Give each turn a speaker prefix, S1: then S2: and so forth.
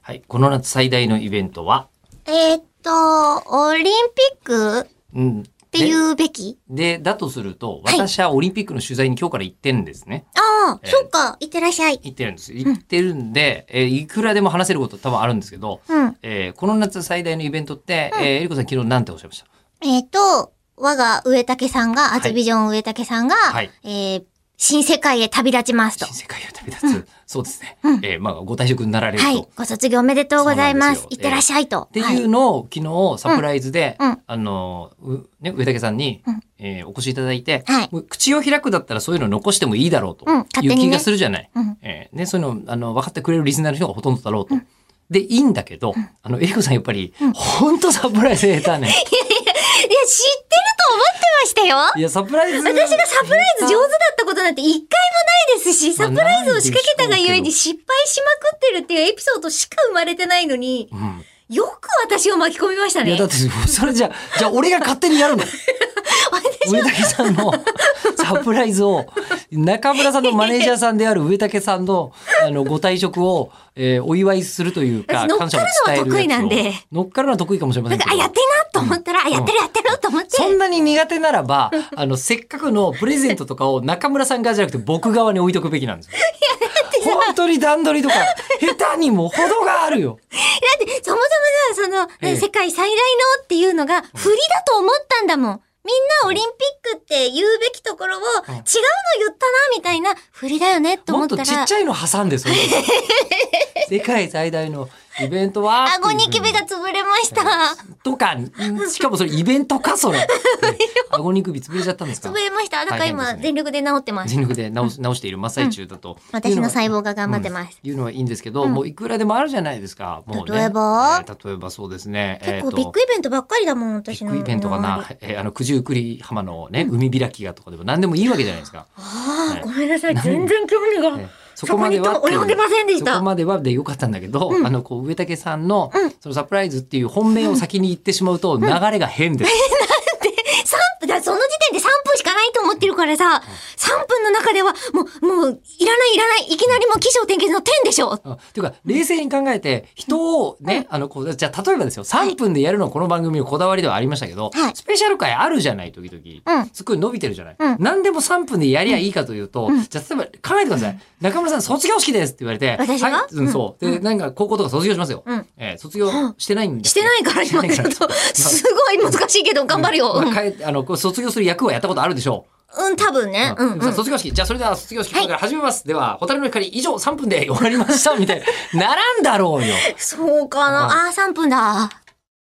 S1: はい。この夏最大のイベントは、
S2: えーっと、オリンピックっ
S1: うん。って
S2: いうべき
S1: で、だとすると、
S2: はい
S1: 私はオリンピックの取材に今日から行ってるんですね。
S2: ああ、
S1: えー
S2: そっか、いってらっしゃい。
S1: 行ってるんです。行ってるんで、えーいくらでも話せること多分あるんですけど、
S2: うん。
S1: えーこの夏最大のイベントって、えーえりこさん昨日なんておっしゃいました
S2: えーっと、我が上竹さんが、アズビジョン上竹さんが、
S1: はい
S2: えー新世界へ旅立ちますと。
S1: 新世界を旅立つ。そうですね。
S2: うん
S1: えーまあ、ご退職になられると。
S2: はい。ご卒業おめでとうござい
S1: そう
S2: ます
S1: なん。で
S2: い
S1: すよ
S2: ってらっしゃいと。
S1: って
S2: はい
S1: いうのを昨日サプライズで、
S2: うんうん
S1: あの、うね、上竹さんに、
S2: うん
S1: えーお越しいただいて、
S2: はい
S1: もう口を開くだったらそういうの残してもいいだろうと
S2: うん勝
S1: い
S2: 手
S1: う
S2: にね
S1: 気がするじゃない。
S2: うん
S1: えーね、そういうのあの分かってくれるリスナーの人がほとんどだろうと。で、いいんだけど、あの、えりこさんやっぱり、ほんとサプライズ下手ね。
S2: いや、知ってると思ってましたよ
S1: いや、サプライズ。
S2: 私がサプライズ上手だったことなんて一回もないですし、
S1: まあ
S2: サプライズを仕掛けたがゆえ
S1: ないで
S2: に失敗しまくってるっていうエピソードしか生まれてないのに、
S1: うん
S2: よく私を巻き込みました
S1: い
S2: ね。
S1: や、 だって、それじゃ、じゃあ俺が勝手にやるの。上竹さん のサプライズを、中村さんのマネージャーさんである上竹さんの、あの、ご退職を、えーお祝いするというか、
S2: 私乗っ
S1: 感謝を伝えるやつを。
S2: かるのは得意なんで
S1: 乗っかるのは得意かもしれま
S2: な
S1: せん
S2: ん
S1: け
S2: か、
S1: ど。
S2: あ、やってんなと思ったら、あやってるやってると思って。
S1: そんなに苦手ならば、 あの、せっかくのプレゼントとかを中村さん側じゃなくて僕側に置いとくべき なんですよ。本当に段取りとか、下手にも程があるよ。
S2: だって、そもそもが、その、
S1: ええ
S2: 世界最大のっていうのが、振りだと思ったんだもん。みんなオリンピックって言うべきところを、違うの言ったな、みたいな、振りだよね、と
S1: も
S2: 思
S1: っ
S2: った
S1: とち
S2: ら。
S1: っちゃいの挟んで、 それ。世界最大のイベントはっていう
S2: 顎ニキビが潰れました。
S1: とか、んしかもそれイベントか、そ れ。顎に首潰れちゃったんですか
S2: 潰れました。だから
S1: 大変
S2: 今、
S1: ですね
S2: 全力で治ってます。
S1: 全力で直し直している真っ最中だと。
S2: 私の細胞が頑張ってます。
S1: いうのはいいんですけど、もういくらでもあるじゃないですか。もうね
S2: 例えば
S1: えー例えばそうですね。
S2: 結構
S1: えーと
S2: ビッグイベントばっかりだもん、
S1: ビ
S2: 私
S1: ッ
S2: の。
S1: グイベントかな。えーあの、九十九里浜のね、海開きがとかでも何でもいいわけじゃないですか。
S2: あ
S1: は
S2: あ、
S1: い
S2: ごめんなさい。全然興味
S1: えー
S2: が。そこまでは。及んでませんでし
S1: そ
S2: た
S1: こ。まではでよかったんだけど、あの、こう、上竹さんの
S2: うん、
S1: そのサプライズっていう本命を先に言ってしまうと、流れが変です。
S2: 三分、だその時点で3分しかないと思ってるからさ、3分の中では、もう、もう、いらないいらない、いきなりもう起承転結の点でしょ。
S1: あていうか、冷静に考えて、人をね、あの、こう、じゃあ例えばですよ、3分でやるのはこの番組のこだわりではありましたけど、
S2: はい
S1: スペシャル回あるじゃない、時々。
S2: うん
S1: すっごい伸びてるじゃない。
S2: うん
S1: 何でも3分でやりゃいいかというと、じゃあ例えば考えてください。中村さん卒業式ですって言われて、
S2: 私が
S1: はい、うん、そう。で、なんか高校とか卒業しますよ。
S2: うん
S1: えー卒業してないんで
S2: し
S1: す
S2: て
S1: けど
S2: ないから今ちょっと、すごい難しいけど頑張るよ。う
S1: まあ
S2: ん、
S1: かえあの、こう卒業する役はやったことあるでしょう。
S2: うん多分ね。うん、うん。
S1: さあ卒業式じゃあそれでは卒業式これから始めます、では「蛍の光」以上3分で終わりましたみたいなならんだろうよ
S2: そうかな。ああー、3分だ。